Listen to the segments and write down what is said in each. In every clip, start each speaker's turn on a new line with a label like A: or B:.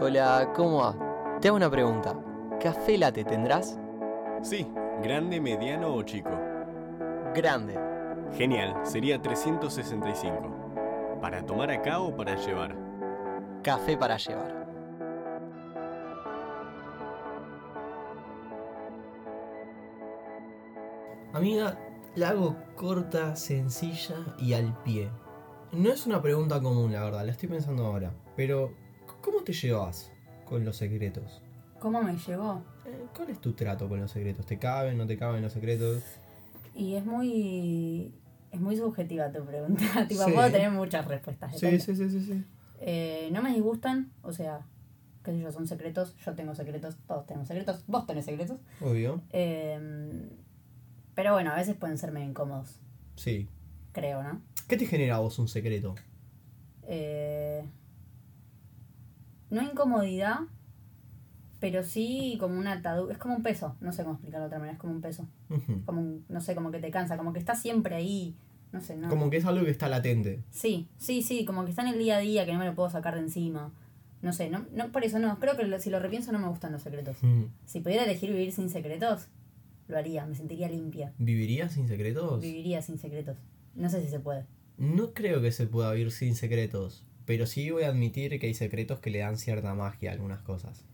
A: Hola, ¿cómo va? Te hago una pregunta. ¿Café late tendrás?
B: Sí, grande, mediano o chico.
A: Grande.
B: Genial, sería 365. ¿Para tomar acá o para llevar?
A: Café para llevar.
C: Amiga, la hago corta, sencilla y al pie. No es una pregunta común, la verdad, la estoy pensando ahora. Pero, ¿cómo te llevas con los secretos?
D: ¿Cómo me llegó?
C: Eh, ¿Cuál es tu trato con los secretos? ¿Te caben, no te caben los secretos?
D: Y es muy. Es muy subjetiva tu pregunta. tipo,
C: Sí.
D: puedo tener muchas respuestas.
C: Sí,
D: depende.
C: sí, sí, sí, sí.
D: Eh, no me disgustan, o sea, qué sé yo, son secretos. Yo tengo secretos, todos tenemos secretos, vos tenés secretos.
C: Obvio.
D: Eh, pero bueno, a veces pueden ser medio incómodos,
C: Sí.
D: creo, ¿no?
C: ¿Qué te genera a vos un secreto?
D: Eh, no incomodidad, pero sí como una atadura. Es como un peso, no sé cómo explicarlo de otra manera, es como un peso.
C: Ujú.
D: Como un- no sé, como que te cansa, como que está siempre ahí. No sé, no.
C: Como que es algo que está latente.
D: Sí, sí, sí, como que está en el día a día, que no me lo puedo sacar de encima. No sé, no, no por eso no. Creo que lo- si lo repienso no me gustan los secretos.
C: Mm.
D: Si pudiera elegir vivir sin secretos, lo haría, me sentiría limpia.
C: ¿Vivirías sin secretos?
D: Viviría sin secretos. No sé si se puede.
C: No creo que se pueda vivir sin secretos, pero sí voy a admitir que hay secretos que le dan cierta magia a algunas cosas.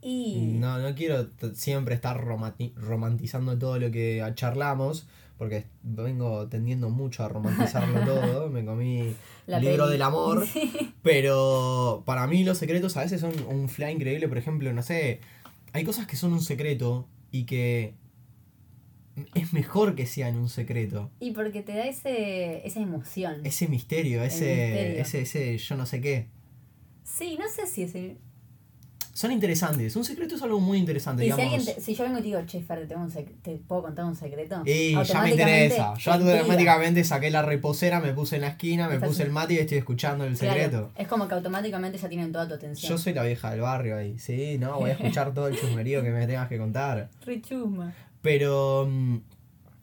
D: Y...
C: No, no quiero t- siempre estar romati- romantizando todo lo que charlamos, porque vengo tendiendo mucho a romantizarlo todo, me comí el libro
D: peli.
C: del amor,
D: Sí.
C: pero para mí los secretos a veces son un fly increíble, por ejemplo, no sé, hay cosas que son un secreto y que es mejor que sean un secreto.
D: Y porque te da ese, esa emoción.
C: Ese misterio, ese,
D: misterio.
C: ese, ese yo no sé qué.
D: Sí, no sé si es el...
C: Son interesantes. Un secreto es algo muy interesante,
D: Y si,
C: digamos.
D: alguien te- si yo vengo y te digo, che, Fer, te, tengo un sec- te puedo contar un secreto.
C: Y ya me
D: Automáticamente,
C: interesa. Yo
D: mentira.
C: automáticamente saqué la reposera, me puse en la esquina, me
D: Estás-
C: puse el mate y estoy escuchando el
D: Claro,
C: secreto.
D: es como que automáticamente ya tienen toda tu atención.
C: Yo soy la vieja del barrio ahí. Sí, no, voy a escuchar todo el chusmerío que me tengas que contar.
D: Rechusma.
C: Pero mm,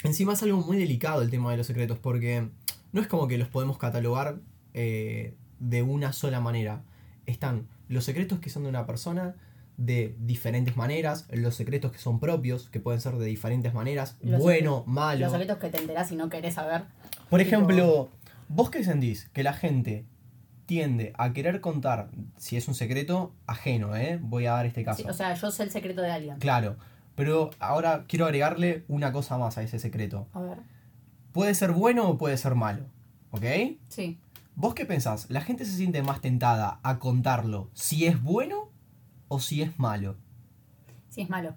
C: encima es algo muy delicado el tema de los secretos, porque no es como que los podemos catalogar eh, de una sola manera. Están los secretos que son de una persona de diferentes maneras, los secretos que son propios, que pueden ser de diferentes maneras,
D: Los
C: bueno,
D: Los
C: malo.
D: secretos que te enterás y no querés saber.
C: Por
D: tipo-
C: ejemplo, ¿vos qué sentís? Que la gente tiende a querer contar, si es un secreto, ajeno, ¿eh? Voy a dar este caso.
D: Sí, o sea, yo sé el secreto de alguien.
C: Claro, pero ahora quiero agregarle una cosa más a ese secreto.
D: A ver.
C: Puede ser bueno o puede ser malo, ¿ok?
D: Sí.
C: ¿Vos qué pensás? ¿La gente se siente más tentada a contarlo si es bueno o si es malo?
D: Sí, es malo.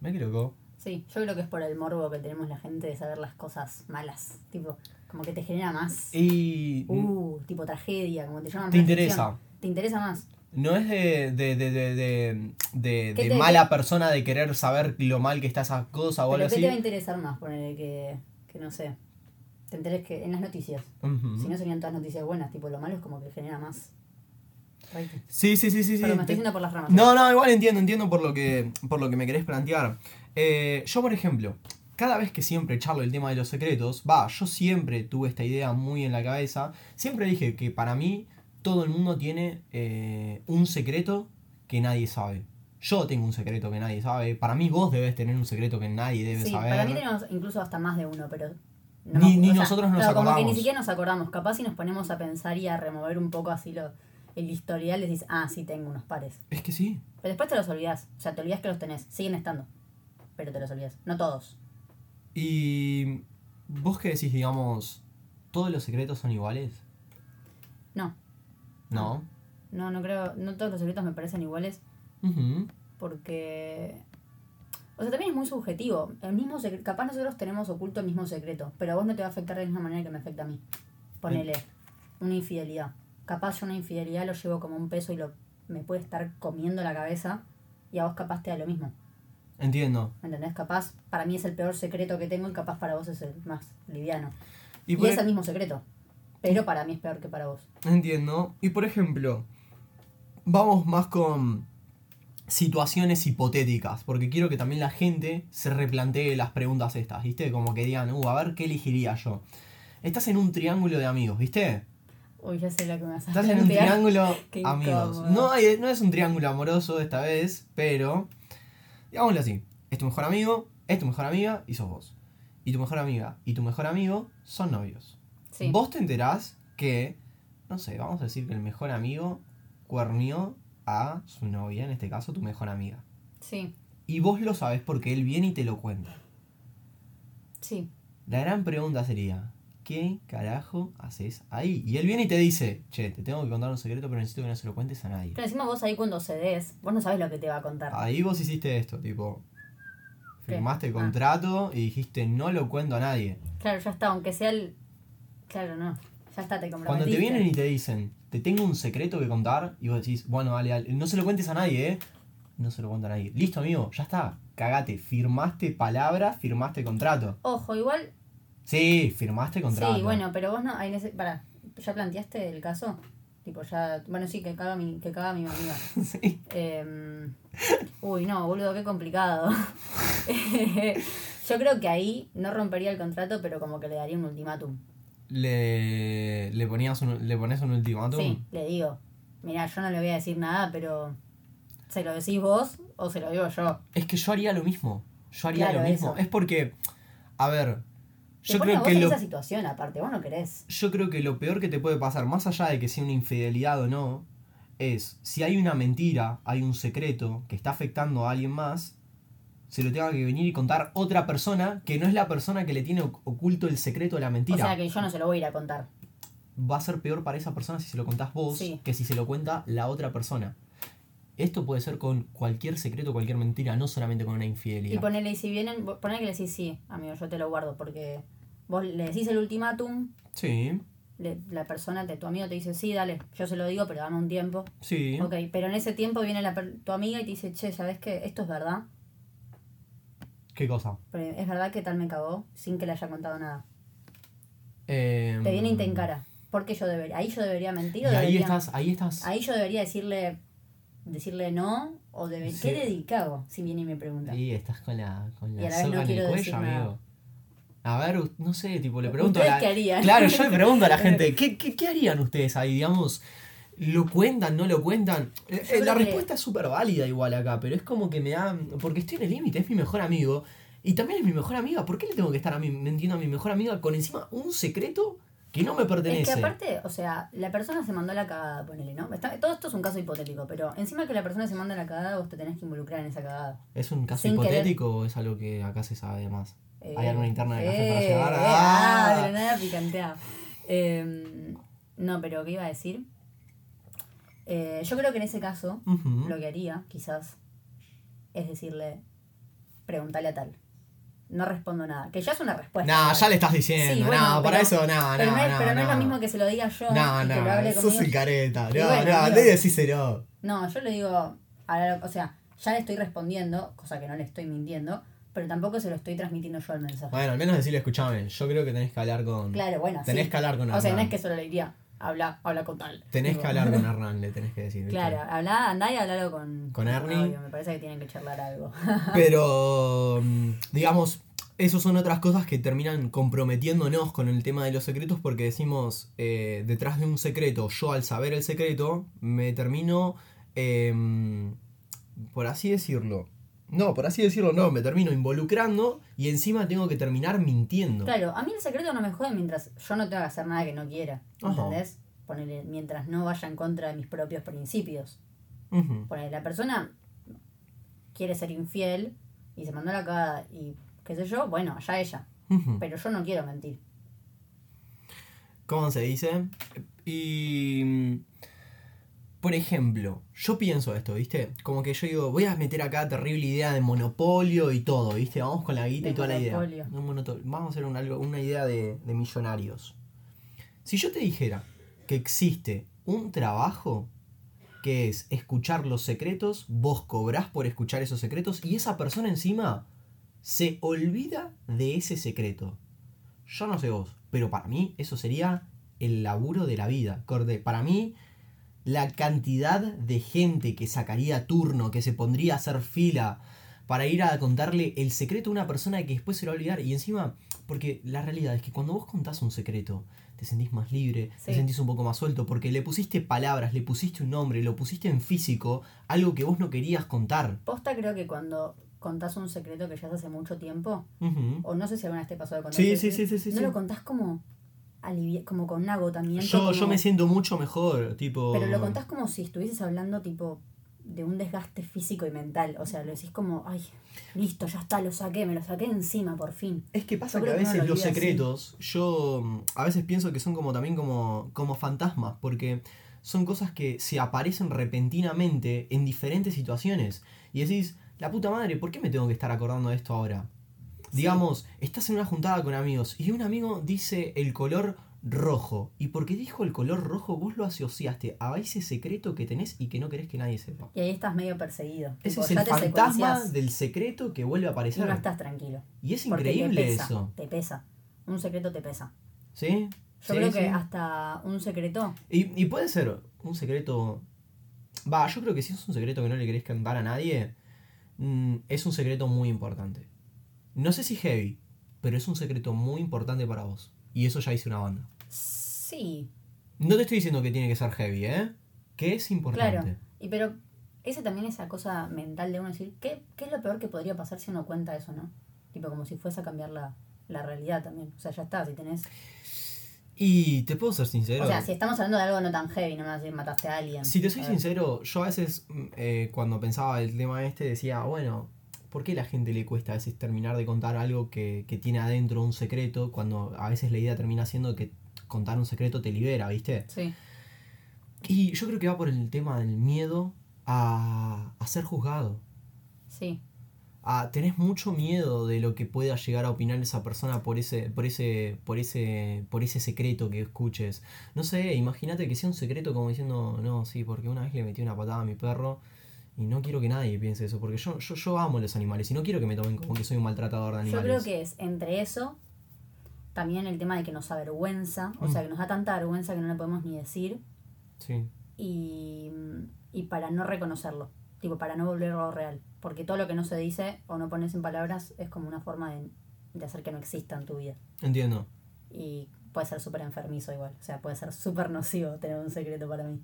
C: Me equivoco.
D: Sí, yo creo que es por el morbo que tenemos la gente de saber las cosas malas. Tipo, como que te genera más.
C: Y
D: Uh, tipo tragedia, como te llaman.
C: te
D: la
C: interesa.
D: atención. Te interesa más.
C: No es de, de, de, de, de, de-
D: ¿Qué
C: de
D: te-
C: mala persona de querer saber lo mal que está esa cosa o algo
D: Pero ¿qué
C: así.
D: te va a interesar más? Poner que, que no sé. Te enteres que en las noticias.
C: Ujú.
D: Si no serían todas noticias buenas, tipo lo malo es como que genera más. rating.
C: Sí, sí, sí, sí. sí.
D: Perdón, me estoy
C: Te-
D: yendo por las ramas.
C: No, no, igual entiendo, entiendo por lo que, por lo que me querés plantear. Eh, yo, por ejemplo, cada vez que siempre charlo el tema de los secretos, va, yo siempre tuve esta idea muy en la cabeza, siempre dije que para mí todo el mundo tiene eh, un secreto que nadie sabe. Yo tengo un secreto que nadie sabe, para mí vos debes tener un secreto que nadie debe
D: Sí,
C: saber.
D: para mí tenemos incluso hasta más de uno, pero.
C: Ni-
D: me acuerdo,
C: ni nosotros nos
D: claro, Como que
C: acordamos.
D: ni siquiera nos acordamos. Capaz si nos ponemos a pensar y a remover un poco así lo, el historial, decís, ah, sí, tengo unos pares.
C: Es que sí.
D: Pero después te los olvidás. O sea, te olvidás que los tenés. Siguen estando. Pero te los olvidás. No todos.
C: Y vos que decís, digamos, todos los secretos son iguales,
D: No. Ah.
C: ¿no?
D: No, no creo. No todos los secretos me parecen iguales
C: Ujú.
D: porque. O sea, también es muy subjetivo. El mismo secre- Capaz nosotros tenemos oculto el mismo secreto, pero a vos no te va a afectar de la misma manera que me afecta a mí. Ponele una infidelidad. Capaz yo una infidelidad lo llevo como un peso y lo me puede estar comiendo la cabeza y a vos capaz te da lo mismo.
C: Entiendo.
D: ¿Me entendés? Capaz para mí es el peor secreto que tengo y capaz para vos es el más liviano.
C: Y,
D: Y,
C: por-
D: es el mismo secreto, pero para mí es peor que para vos.
C: Entiendo. Y por ejemplo, vamos más con situaciones hipotéticas, porque quiero que también la gente se replantee las preguntas estas, ¿viste? Como que digan, uh, a ver, ¿qué elegiría yo? Estás en un triángulo de amigos, ¿viste?
D: Uy, ya sé la que me vas a
C: Estás en un
D: plantear.
C: triángulo
D: Qué
C: amigos.
D: incómodo.
C: No, hay- no es un triángulo amoroso esta vez, pero. Digámoslo así: es tu mejor amigo, es tu mejor amiga y sos vos. Y tu mejor amiga y tu mejor amigo son novios.
D: Sí.
C: Vos te enterás que, no sé, vamos a decir que el mejor amigo cuernió a su novia, en este caso tu mejor amiga.
D: Sí,
C: Y vos lo sabés porque él viene y te lo cuenta.
D: sí.
C: La gran pregunta sería, ¿qué carajo haces ahí? Y él viene y te dice, che, te tengo que contar un secreto, pero necesito que no se lo cuentes a nadie.
D: Pero encima vos ahí cuando cedes, vos no sabés lo que te va a contar.
C: Ahí vos hiciste esto, tipo,
D: ¿Qué?
C: firmaste el
D: Ah.
C: contrato y dijiste, no lo cuento a nadie.
D: Claro, ya está, aunque sea el. Claro, no. Ya está, te comprometiste.
C: Cuando te vienen y te dicen, te tengo un secreto que contar, y vos decís, bueno, dale, dale, no se lo cuentes a nadie, ¿eh? No se lo cuento a nadie. Listo, amigo, ya está. Cagate, firmaste palabra, firmaste contrato.
D: Ojo, igual.
C: Sí, firmaste contrato.
D: Sí, bueno, pero vos no. Ahí nece- Pará, ¿ya planteaste el caso? Tipo, ya. Bueno, sí, que caga mi, que caga mi amiga.
C: Sí.
D: Eh, uy, no, boludo, qué complicado. Yo creo que ahí no rompería el contrato, pero como que le daría un ultimátum.
C: Le, le, ponías un, le pones un ultimátum.
D: Sí, le digo. Mira, yo no le voy a decir nada, pero se lo decís vos o se lo digo yo.
C: Es que yo haría lo mismo. Yo haría
D: Claro,
C: lo mismo.
D: eso.
C: Es porque, a ver,
D: Te
C: yo
D: pone a
C: creo
D: vos
C: que
D: en
C: lo,
D: esa situación aparte, vos no querés.
C: yo creo que lo peor que te puede pasar, más allá de que sea una infidelidad o no, es si hay una mentira, hay un secreto que está afectando a alguien más, se lo tenga que venir y contar otra persona que no es la persona que le tiene oc- oculto el secreto de la mentira.
D: O sea que yo no se lo voy a ir a contar.
C: Va a ser peor para esa persona si se lo contás vos
D: Sí.
C: que si se lo cuenta la otra persona. Esto puede ser con cualquier secreto, cualquier mentira, no solamente con una infidelidad.
D: Y ponele, y si vienen, vos- ponele que le decís sí, amigo, yo te lo guardo, porque vos le decís el ultimátum,
C: Sí,
D: le- la persona, te, tu amigo te dice sí, dale, yo se lo digo, pero dame un tiempo.
C: sí.
D: Ok, pero en ese tiempo viene la per- tu amiga y te dice, che, ¿sabes qué? Esto es verdad.
C: ¿Qué cosa?
D: Pero es verdad que tal me cagó sin que le haya contado nada.
C: Eh,
D: Te viene y te encara. Porque yo debería, ahí yo debería mentir
C: Y
D: o
C: ahí
D: debería-
C: estás, ahí estás.
D: ahí yo debería decirle decirle no o debe,
C: Sí.
D: ¿qué dedicado? Si viene y me pregunta.
C: Ahí estás con la, con
D: Y a
C: la
D: la vez no
C: soga en el
D: quiero decir
C: cuello,
D: nada.
C: amigo. A ver, u- no sé, tipo, le pregunto a
D: ¿Ustedes
C: la...
D: qué harían?
C: Claro, yo le pregunto a la gente, ¿qué, qué, qué harían ustedes ahí, digamos? ¿Lo cuentan, no lo cuentan? Eh, eh,
D: creo
C: la
D: que-
C: respuesta es súper válida igual acá, pero es como que me da... Porque estoy en el límite, es mi mejor amigo. Y también es mi mejor amiga. ¿Por qué le tengo que estar a mí, mintiendo a mi mejor amiga con encima un secreto que no me
D: Es
C: pertenece?
D: que aparte, o sea, la persona se mandó la cagada, ponele, ¿no? Está- todo esto es un caso hipotético, pero encima que la persona se manda la cagada, vos te tenés que involucrar en esa cagada.
C: ¿Es un caso
D: Sin querer.
C: hipotético o es algo que acá se sabe más?
D: Eh,
C: Hay alguna interna de café para
D: eh,
C: llevar.
D: eh,
C: ¡Ah!
D: ah, de la nada picanteado. Eh, no, pero ¿qué iba a decir? Eh, yo creo que en ese caso,
C: Ujú.
D: lo que haría, quizás, es decirle, preguntarle a tal. No respondo nada. Que ya es una respuesta.
C: Nah,
D: igual.
C: ya le estás
D: Sí,
C: diciendo,
D: bueno,
C: nah, para
D: pero-
C: eso, nah,
D: pero
C: nah,
D: no es,
C: nah,
D: pero no es
C: nah.
D: lo mismo que se lo diga yo
C: Nah,
D: y que lo
C: nah,
D: hable
C: sos
D: conmigo.
C: el careta, no,
D: Y bueno,
C: no,
D: amigo.
C: le decíselo.
D: No, yo le digo, a la- o sea, ya le estoy respondiendo, cosa que no le estoy mintiendo, pero tampoco se lo estoy transmitiendo yo al mensaje.
C: Bueno, al menos decirle, escuchame, yo creo que tenés que hablar con.
D: Claro, bueno, sí.
C: tenés que hablar con
D: O sea,
C: Hernán.
D: no es que solo le diría, habla, habla con tal.
C: Tenés
D: Digo,
C: que hablar con Hernán, le tenés que decir. ¿viste?
D: Claro, habla, andá y hablalo con...
C: Con Ernie.
D: Obvio, me parece que tienen que charlar algo.
C: Pero, mm, digamos, esas son otras cosas que terminan comprometiéndonos con el tema de los secretos porque decimos, eh, detrás de un secreto, yo al saber el secreto, me termino, em, por así decirlo, no, por así decirlo, no, me termino involucrando y encima tengo que terminar mintiendo.
D: Claro, a mí el secreto no me jode mientras yo no tenga que hacer nada que no quiera,
C: Ajá.
D: ¿entendés? Ponele, mientras no vaya en contra de mis propios principios.
C: Ujú.
D: Ponele, la persona quiere ser infiel y se mandó la cagada y qué sé yo, bueno, allá ella.
C: Ujú.
D: Pero yo no quiero mentir.
C: ¿Cómo se dice? Y. mm, Por ejemplo, yo pienso esto, ¿viste? Como que yo digo, voy a meter acá terrible idea de monopolio y todo, ¿viste? Vamos con la guita
D: De
C: y toda la
D: monopolio.
C: idea. De un monoto- Vamos a hacer un algo- una idea de, de millonarios. Si yo te dijera que existe un trabajo que es escuchar los secretos, vos cobrás por escuchar esos secretos y esa persona encima se olvida de ese secreto. Yo no sé vos, pero para mí eso sería el laburo de la vida. Corte, para mí la cantidad de gente que sacaría turno, que se pondría a hacer fila para ir a contarle el secreto a una persona que después se lo va a olvidar. Y encima, porque la realidad es que cuando vos contás un secreto, te sentís más libre,
D: Sí.
C: te sentís un poco más suelto, porque le pusiste palabras, le pusiste un nombre, lo pusiste en físico, algo que vos no querías contar.
D: Posta creo que cuando contás un secreto que ya es hace mucho tiempo,
C: Ujú.
D: o no sé si alguna vez te pasó de contar.
C: Sí,
D: que-
C: sí, sí, sí, sí,
D: No
C: sí.
D: lo contás como, alivi- como con un agotamiento.
C: Yo,
D: como-
C: yo me siento mucho mejor, tipo...
D: Pero lo contás como si estuvieses hablando tipo de un desgaste físico y mental. O sea, lo decís como, ay, listo, ya está, lo saqué, me lo saqué encima por fin.
C: Es que pasa
D: Yo
C: que a
D: creo que uno
C: veces
D: lo
C: los
D: vive así.
C: secretos, yo mm, a veces pienso que son como también como, como fantasmas, porque son cosas que se aparecen repentinamente en diferentes situaciones. Y decís, la puta madre, ¿por qué me tengo que estar acordando de esto ahora? Digamos, estás en una juntada con amigos y un amigo dice el color rojo. Y porque dijo el color rojo, vos lo asociaste a ese secreto que tenés y que no querés que nadie sepa.
D: Y ahí estás medio perseguido.
C: Ese
D: Tipo,
C: es el
D: ya te
C: fantasma
D: secuenciás
C: del secreto que vuelve a
D: y no
C: aparecer.
D: estás tranquilo.
C: Y es
D: Porque te
C: increíble
D: pesa,
C: eso.
D: te pesa. Un secreto te pesa.
C: ¿Sí?
D: Yo
C: Sí,
D: creo
C: sí.
D: que hasta un secreto
C: Y, y puede ser un secreto. Va, yo creo que si es un secreto que no le querés cantar a nadie, mm, es un secreto muy importante. No sé si heavy, pero es un secreto muy importante para vos. Y eso ya hice una banda.
D: Sí,
C: No te estoy diciendo que tiene que ser heavy, ¿eh? Que es importante.
D: claro. Y pero esa también esa cosa mental de uno decir, ¿qué, qué es lo peor que podría pasar si uno cuenta eso, no? Tipo como si fuese a cambiar la, la realidad también. O sea, ya está, si tenés...
C: Y te puedo ser sincero.
D: O sea, si estamos hablando de algo no tan heavy, no me vas a decir mataste a alguien.
C: Si te soy
D: A ver.
C: sincero, yo a veces mm, eh, cuando pensaba el tema este decía, bueno, ¿por qué la gente le cuesta a veces terminar de contar algo que, que tiene adentro un secreto cuando a veces la idea termina siendo que contar un secreto te libera, ¿viste?
D: Sí.
C: Y yo creo que va por el tema del miedo a, a ser juzgado.
D: Sí.
C: A, Ah, tenés mucho miedo de lo que pueda llegar a opinar esa persona por ese, por ese, por ese, por ese secreto que escuches. No sé, imagínate que sea un secreto como diciendo, no, sí, porque una vez le metí una patada a mi perro y no quiero que nadie piense eso, porque yo, yo, yo amo los animales y no quiero que me tomen como que soy un maltratador de
D: Yo
C: animales.
D: creo que es entre eso, también el tema de que nos avergüenza, o
C: Mm.
D: sea, que nos da tanta vergüenza que no le podemos ni decir,
C: Sí.
D: y, y para no reconocerlo, tipo para no volverlo real. Porque todo lo que no se dice o no pones en palabras es como una forma de, de hacer que no exista en tu vida.
C: Entiendo.
D: Y puede ser súper enfermizo igual, o sea, puede ser súper nocivo tener un secreto para mí.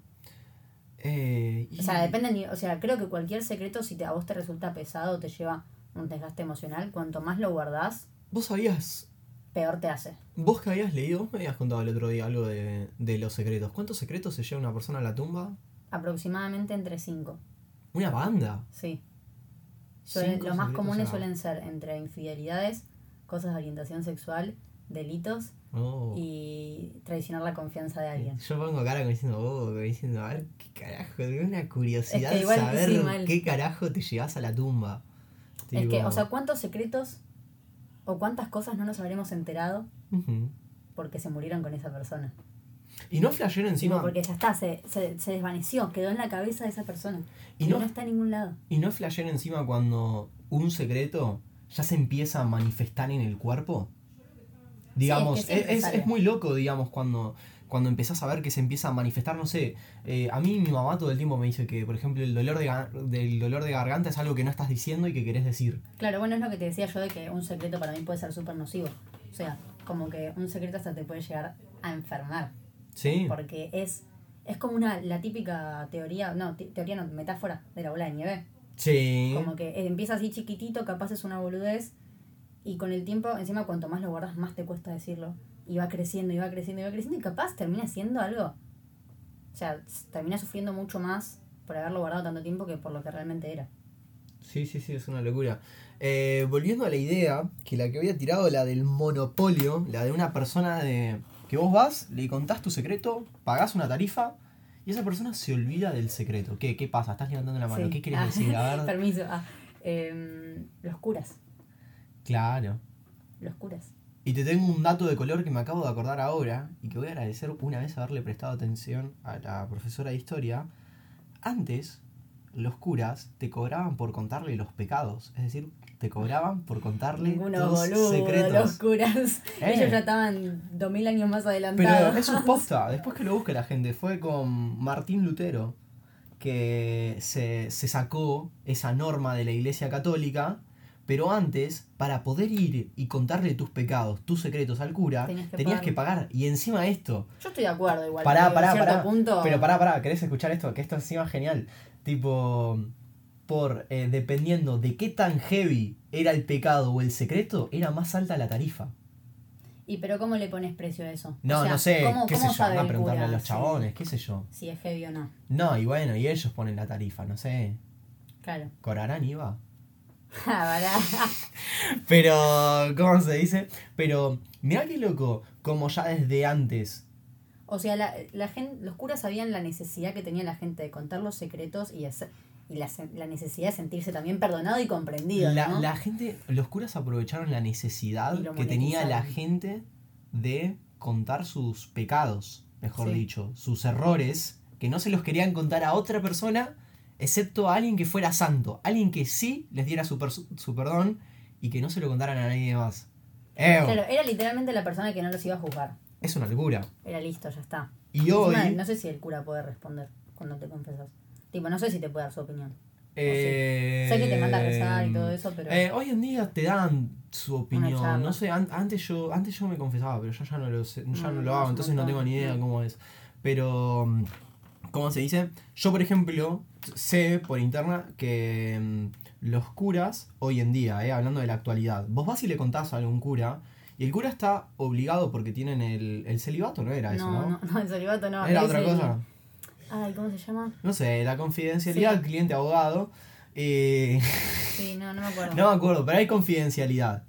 C: Eh, y-
D: O sea, depende, del nivel- o sea, creo que cualquier secreto, si te, a vos te resulta pesado, te lleva un desgaste emocional, cuanto más lo guardás,
C: ¿Vos sabías?
D: peor te hace.
C: Vos que habías leído, vos me habías contado el otro día algo de, de los secretos. ¿Cuántos secretos se lleva una persona a la tumba?
D: Aproximadamente entre 5,
C: Una banda.
D: sí. Suelen-
C: Cinco
D: los más
C: secretos
D: comunes
C: a-
D: suelen ser entre infidelidades, cosas de orientación sexual, delitos
C: Oh.
D: y traicionar la confianza de alguien.
C: Yo pongo cara como diciendo, oh, como diciendo, a ver, qué carajo, tengo una curiosidad
D: Es que igual,
C: saber
D: sí, mal.
C: qué carajo te llevas a la tumba.
D: Es que,
C: Tipo,
D: o sea, ¿cuántos secretos o cuántas cosas no nos habremos enterado
C: ujú.
D: porque se murieron con esa persona?
C: Y no flashear
D: Tipo,
C: encima,
D: porque ya está, se, se, se desvaneció, quedó en la cabeza de esa persona.
C: Y
D: Y
C: no-
D: no, está en ningún lado.
C: y no flashear encima cuando un secreto ya se empieza a manifestar en el cuerpo. Digamos,
D: es que siempre
C: es, es-
D: sale.
C: es muy loco, digamos, cuando, cuando empezás a ver que se empieza a manifestar, no sé, eh, a mí mi mamá todo el tiempo me dice que, por ejemplo, el dolor de, gar- del dolor de garganta es algo que no estás diciendo y que querés decir.
D: Claro, bueno, es lo que te decía yo de que un secreto para mí puede ser súper nocivo. O sea, como que un secreto hasta te puede llegar a enfermar.
C: ¿Sí?
D: porque es es como una la típica teoría no te- teoría no metáfora de la bola de nieve
C: Sí.
D: como que empieza así chiquitito capaz es una boludez y con el tiempo encima cuanto más lo guardas más te cuesta decirlo y va creciendo y va creciendo y va creciendo y capaz termina siendo algo o sea s- termina sufriendo mucho más por haberlo guardado tanto tiempo que por lo que realmente era
C: Sí, sí, sí, es una locura. Eh, volviendo a la idea, que la que había tirado, la del monopolio, la de una persona de que vos vas, le contás tu secreto, pagás una tarifa y esa persona se olvida del secreto. ¿Qué, qué pasa? Estás levantando la mano.
D: Sí.
C: ¿Qué quieres
D: Ah,
C: decir? A ver.
D: permiso ah, em, los curas
C: Claro.
D: los curas
C: Y te tengo un dato de color que me acabo de acordar ahora y que voy a agradecer una vez haberle prestado atención a la profesora de historia. Antes, los curas te cobraban por contarle los pecados, es decir, te cobraban por contarle
D: ningunos
C: tus
D: boludos
C: secretos.
D: los curas
C: Eh.
D: ellos ya estaban dos mil años más
C: Pero
D: adelantados
C: eso es posta, después que lo busque la gente, fue con Martín Lutero, que se, se sacó esa norma de la Iglesia Católica, pero antes, para poder ir y contarle tus pecados, tus secretos al cura,
D: Tenías
C: tenías
D: que
C: que,
D: pagar.
C: pagar. Y encima esto,
D: Yo estoy de acuerdo igual.
C: pará,
D: pero en
C: pará,
D: cierto
C: pará.
D: punto-
C: Pero pará, pará, ¿querés escuchar esto? Que esto encima es genial. Tipo, por eh, dependiendo de qué tan heavy era el pecado o el secreto, era más alta la tarifa.
D: ¿Y pero cómo le pones precio a eso?
C: No,
D: O sea,
C: no sé,
D: ¿cómo-
C: qué sé
D: cómo
C: yo,
D: sabe
C: andá a
D: el
C: preguntarle a
D: cura
C: los
D: si-
C: chabones, qué sé yo.
D: Si es heavy o no.
C: No, y bueno, y ellos ponen la tarifa, no sé.
D: Claro.
C: ¿Cobrarán IVA?
D: Ah, pará.
C: Pero, ¿cómo se dice? Pero, mirá qué loco, como ya desde antes.
D: O sea, la, la gente, los curas sabían la necesidad que tenía la gente de contar los secretos y, hacer- y la, se- la necesidad de sentirse también perdonado y comprendido.
C: La,
D: ¿no?
C: la gente, los curas aprovecharon la necesidad
D: Y lo
C: que tenía la
D: monetizaron.
C: gente de contar sus pecados, mejor
D: Sí.
C: dicho, sus errores, que no se los querían contar a otra persona, excepto a alguien que fuera santo, alguien que sí les diera su, per- su perdón y que no se lo contaran a nadie más. ¡Eo!
D: Claro, era literalmente la persona que no los iba a juzgar.
C: Es una locura.
D: Era listo, ya está.
C: Y hoy...
D: Encima, no sé si el cura puede responder cuando te confesas. Tipo, no sé si te puede dar su opinión.
C: eh,
D: Ah, Sé que te manda a rezar y todo eso, pero.
C: Eh, hoy en día te dan su
D: charla.
C: opinión. No sé, an- antes, yo, antes yo me confesaba, pero yo ya no lo, sé- ya
D: No,
C: no
D: Mm, no,
C: lo hago,
D: es un
C: entonces no
D: montón. Mm.
C: tengo ni idea cómo es. Pero, mm, ¿cómo se dice? Yo, por ejemplo, sé por interna que mm, los curas, hoy en día, eh, hablando de la actualidad, vos vas y le contás a algún cura, y el cura está obligado porque tienen el, el celibato, ¿no era eso?
D: no,
C: No,
D: no, no, el celibato no.
C: era
D: Es
C: otra
D: el-
C: cosa
D: Ay, ¿cómo se llama?
C: no sé, la confidencialidad,
D: Sí.
C: cliente abogado. eh,
D: Sí, no, no me acuerdo.
C: no me acuerdo, pero hay confidencialidad.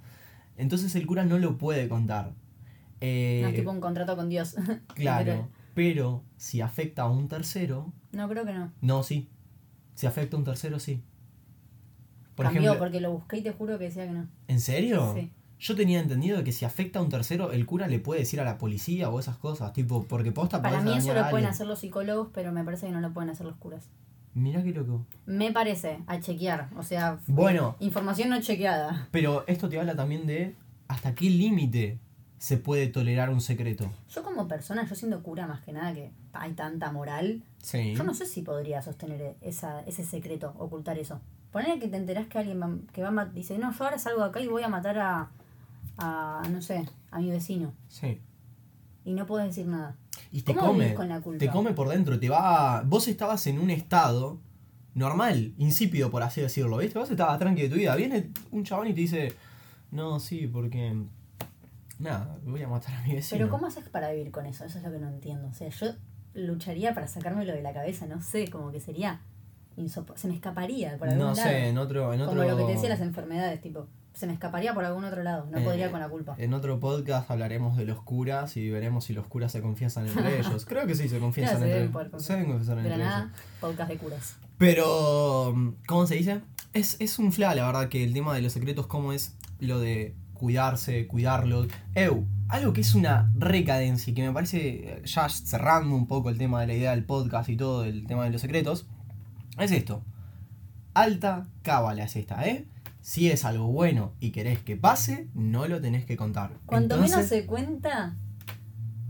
C: Entonces el cura no lo puede contar. Eh,
D: No es tipo un contrato con Dios.
C: claro, pero si afecta a un tercero,
D: No, creo que no.
C: no, sí. Si afecta a un tercero, sí. Por
D: Cambió
C: ejemplo,
D: porque lo busqué y te juro que decía que no.
C: ¿en serio?
D: Sí.
C: Yo tenía entendido que si afecta a un tercero, el cura le puede decir a la policía o esas cosas, tipo, porque posta
D: Para
C: podés
D: mí eso
C: dañar a
D: lo pueden
C: alguien.
D: hacer los psicólogos, pero me parece que no lo pueden hacer los curas.
C: Mirá qué loco.
D: Me parece, a chequear. O sea, f-
C: Bueno.
D: información no chequeada.
C: Pero esto te habla también de hasta qué límite se puede tolerar un secreto.
D: Yo como persona, yo siendo cura más que nada, que hay tanta moral,
C: Sí.
D: yo no sé si podría sostener esa, ese secreto, ocultar eso. Poner que te enterás que alguien va- que va a ma- dice, no, yo ahora salgo de acá y voy a matar a, a, no sé, a mi vecino.
C: Sí.
D: Y no puedes decir nada.
C: Y te
D: ¿Cómo vivís
C: come.
D: con la culpa?
C: Te come por dentro, te va. Vos estabas en un estado normal, insípido, por así decirlo, ¿viste? Vos estabas tranqui de tu vida. Viene un chabón y te dice, no, sí, porque. Nada, voy a matar a mi vecino.
D: Pero ¿cómo haces para vivir con eso? Eso es lo que no entiendo. O sea, yo lucharía para sacármelo de la cabeza, no sé, como que sería insop- se me escaparía por algún
C: No
D: lado.
C: sé, en otro. En otro
D: Como lo que te decía las enfermedades, tipo, se me escaparía por algún otro lado, no
C: Eh,
D: podría con la culpa.
C: En otro podcast hablaremos de los curas y veremos si los curas se confiesan entre ellos. Creo que sí, se confiesan
D: Claro, se
C: entre
D: deben poder
C: Se deben confesar
D: de la
C: entre ellos.
D: nada, podcast de curas.
C: Pero, ¿cómo se dice? Es, es un fla, la verdad, que el tema de los secretos, cómo es lo de cuidarse, cuidarlos. Eu, algo que es una recadencia, y que me parece, eh, ya cerrando un poco el tema de la idea del podcast y todo, el tema de los secretos, es esto. Alta cábala es esta, ¿eh? Si es algo bueno y querés que pase, no lo tenés que contar.
D: Cuanto menos
C: Entonces,
D: se cuenta,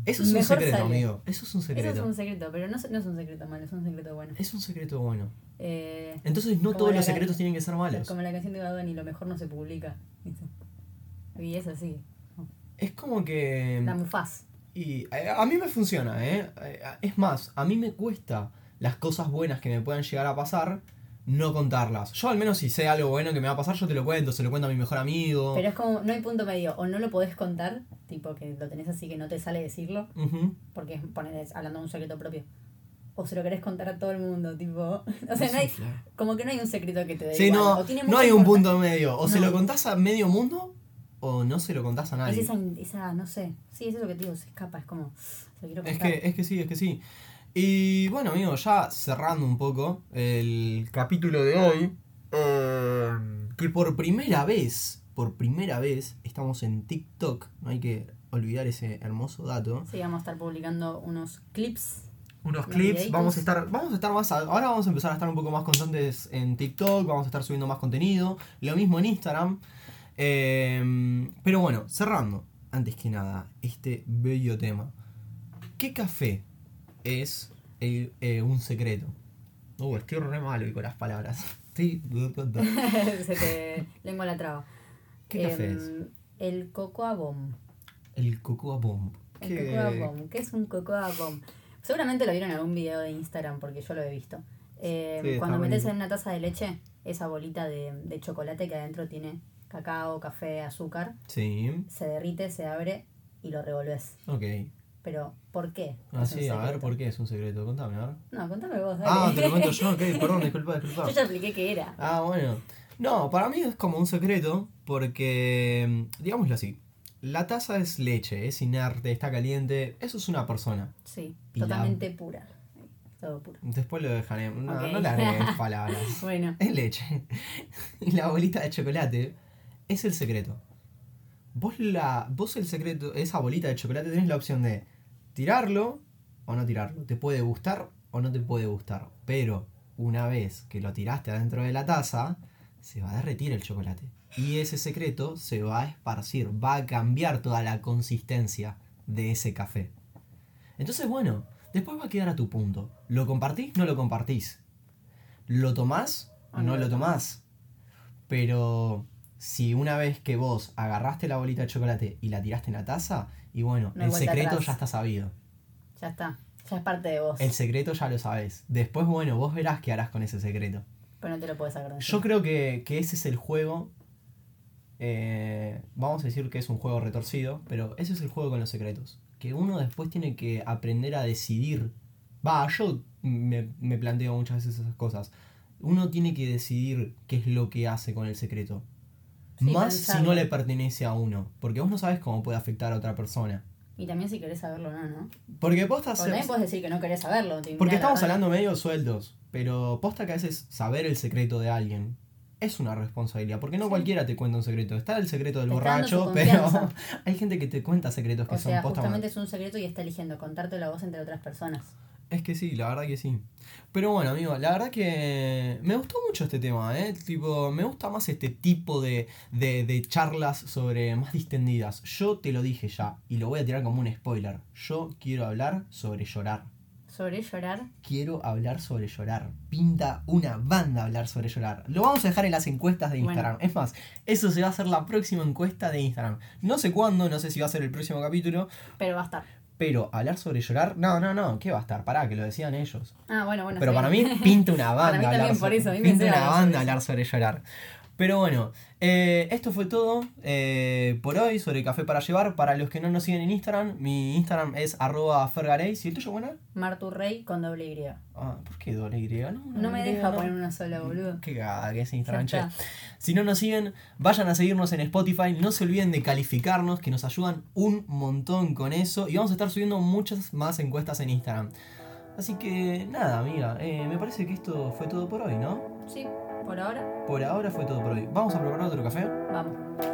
C: Eso es un
D: mejor
C: secreto,
D: sale.
C: amigo. Eso es un secreto.
D: eso es un secreto, pero no, es- no es un secreto malo, es un secreto bueno.
C: secreto bueno.
D: Eh,
C: Entonces no
D: Como
C: todos
D: la
C: los
D: can-
C: secretos tienen que ser malos.
D: como la canción de Bad Bunny, lo mejor no se publica. ¿viste? Y es así,
C: Es como que...
D: la mufaz.
C: Y eh, a mí me funciona, ¿eh? Eh, Es más, a mí me cuesta las cosas buenas que me puedan llegar a pasar no contarlas. Yo al menos si sé algo bueno que me va a pasar, yo te lo cuento, se lo cuento a mi mejor amigo.
D: Pero es como, no hay punto medio, o no lo podés contar, tipo que lo tenés así que no te sale decirlo,
C: Ujú.
D: porque es poner, es hablando de un secreto propio. O se lo querés contar a todo el mundo, tipo. O sea,
C: Es
D: no hay,
C: un fla-
D: como que no hay un secreto que te dé.
C: Sí,
D: igual,
C: no,
D: o tiene
C: no
D: mucha
C: hay un
D: importancia.
C: punto medio. O se
D: No.
C: lo contás a medio mundo o no se lo contás a
D: Es
C: nadie.
D: esa, esa, no sé. Sí, es eso que te digo, se escapa, es como. Se lo quiero
C: Es
D: contar.
C: que, es que sí, es que sí. Y bueno, amigo, ya cerrando un poco el capítulo de hoy, eh, que por primera vez, por primera vez, estamos en TikTok. No hay que olvidar ese hermoso dato.
D: Sí, vamos a estar publicando unos clips.
C: Unos
D: Los
C: clips,
D: videitos.
C: vamos a estar, vamos a estar más, a- ahora vamos a empezar a estar un poco más constantes en TikTok, vamos a estar subiendo más contenido, lo mismo en Instagram. Eh, pero bueno, cerrando, antes que nada, este bello tema. ¿Qué café es el- eh, un secreto? Uh, estoy re malo y con las palabras. Estoy...
D: Se te lengua la traba.
C: ¿Qué café
D: Em,
C: es?
D: El cocoa bomb.
C: El Cocoa Bomb.
D: El
C: ¿Qué-
D: cocoa bomb. ¿Qué es un cocoa bomb? Seguramente lo vieron en algún video de Instagram porque yo lo he visto. Eh,
C: Sí, está
D: cuando metes
C: buenísimo.
D: en una taza de leche esa bolita de, de chocolate que adentro tiene cacao, café, azúcar,
C: Sí,
D: se derrite, se abre y lo revolves.
C: ok.
D: Pero, ¿por qué?
C: Ah,
D: Es un
C: sí, a ver,
D: secreto.
C: ¿por qué es un secreto? Contame, a ver.
D: No, contame vos, dale.
C: Ah, te lo cuento yo, ok, perdón, disculpa, disculpa.
D: Yo ya expliqué qué era.
C: Ah, bueno. No, para mí es como un secreto porque, digámoslo así, la taza es leche, es inerte, está caliente, eso es una persona.
D: Sí,
C: Y la-
D: totalmente pura. Todo puro.
C: Después lo dejaré, no,
D: Ok.
C: no le agregues palabras.
D: Bueno,
C: Es leche. Y la bolita de chocolate es el secreto. Vos, la, vos el secreto, esa bolita de chocolate tenés la opción de tirarlo o no tirarlo. Te puede gustar o no te puede gustar. Pero una vez que lo tiraste adentro de la taza, se va a derretir el chocolate. Y ese secreto se va a esparcir, va a cambiar toda la consistencia de ese café. Entonces, bueno, después va a quedar a tu punto. ¿Lo compartís? No lo compartís. ¿Lo tomás?
D: Ah,
C: No
D: no.
C: lo tomás. Pero si una vez que vos agarraste la bolita de chocolate y la tiraste en la taza, y bueno,
D: No hay
C: el
D: vuelta
C: secreto
D: atrás.
C: ya está sabido.
D: ya está. Ya es parte de vos.
C: El secreto ya lo sabés. Después, bueno, vos verás qué harás con ese secreto.
D: Pero no te lo puedes sacar. de
C: Yo
D: encima.
C: creo que, que ese es el juego. eh, vamos a decir que es un juego retorcido, pero ese es el juego con los secretos. Que uno después tiene que aprender a decidir. Va, yo me, me planteo muchas veces esas cosas. Uno tiene que decidir qué es lo que hace con el secreto.
D: Sí,
C: Más si
D: pensarlo.
C: no le pertenece a uno. Porque vos no sabes cómo puede afectar a otra persona.
D: Y también si querés saberlo o no, ¿no?
C: Porque posta
D: Porque
C: se-
D: también puedes decir que no querés saberlo. te mirá,
C: porque
D: la
C: estamos
D: verdad.
C: hablando medio sueldos, pero posta que a veces saber el secreto de alguien es una responsabilidad, porque no
D: Sí.
C: cualquiera te cuenta un secreto. Está el secreto del
D: Te está dando
C: borracho,
D: su
C: pero
D: confianza.
C: hay gente que te cuenta secretos que
D: O
C: son
D: sea,
C: posta
D: justamente es un secreto y está eligiendo contártelo a vos entre otras personas.
C: Es que sí, la verdad que sí. Pero bueno, amigo, la verdad que me gustó mucho este tema, ¿eh? Tipo, me gusta más este tipo de, de, de charlas sobre más distendidas. Yo te lo dije ya, y lo voy a tirar como un spoiler. Yo quiero hablar sobre llorar.
D: Sobre llorar.
C: quiero hablar sobre llorar. Pinta una banda hablar sobre llorar. Lo vamos a dejar en las encuestas de
D: Bueno.
C: Instagram. Es más, eso se va a hacer la próxima encuesta de Instagram. No sé cuándo, no sé si va a ser el próximo capítulo,
D: Pero va a estar.
C: pero hablar sobre llorar, no, no, no, ¿qué va a estar? Pará, que lo decían ellos.
D: Ah, bueno, bueno.
C: Pero
D: sí.
C: para mí pinta una
D: Para
C: banda
D: mí
C: hablar
D: también, por
C: sobre,
D: eso, a mí me
C: pinta
D: encanta
C: una
D: hablar sobre
C: banda
D: eso.
C: hablar sobre llorar. Pero bueno, eh, esto fue todo eh, por hoy sobre Café para Llevar. Para los que no nos siguen en Instagram, mi Instagram es arroba fergarey. ¿Y el tuyo, buena?
D: Marturrey con doble Y.
C: Ah, ¿por qué doble Y? No, una
D: No me
C: Y,
D: deja
C: no.
D: poner una sola, boludo.
C: Qué cagada que es Instagram,
D: Ya
C: che. Si no nos siguen, vayan a seguirnos en Spotify. No se olviden de calificarnos, que nos ayudan un montón con eso. Y vamos a estar subiendo muchas más encuestas en Instagram. Así que nada, amiga. eh, me parece que esto fue todo por hoy, ¿no?
D: Sí, por ahora.
C: Por ahora fue todo por hoy. Vamos a preparar otro café.
D: Vamos.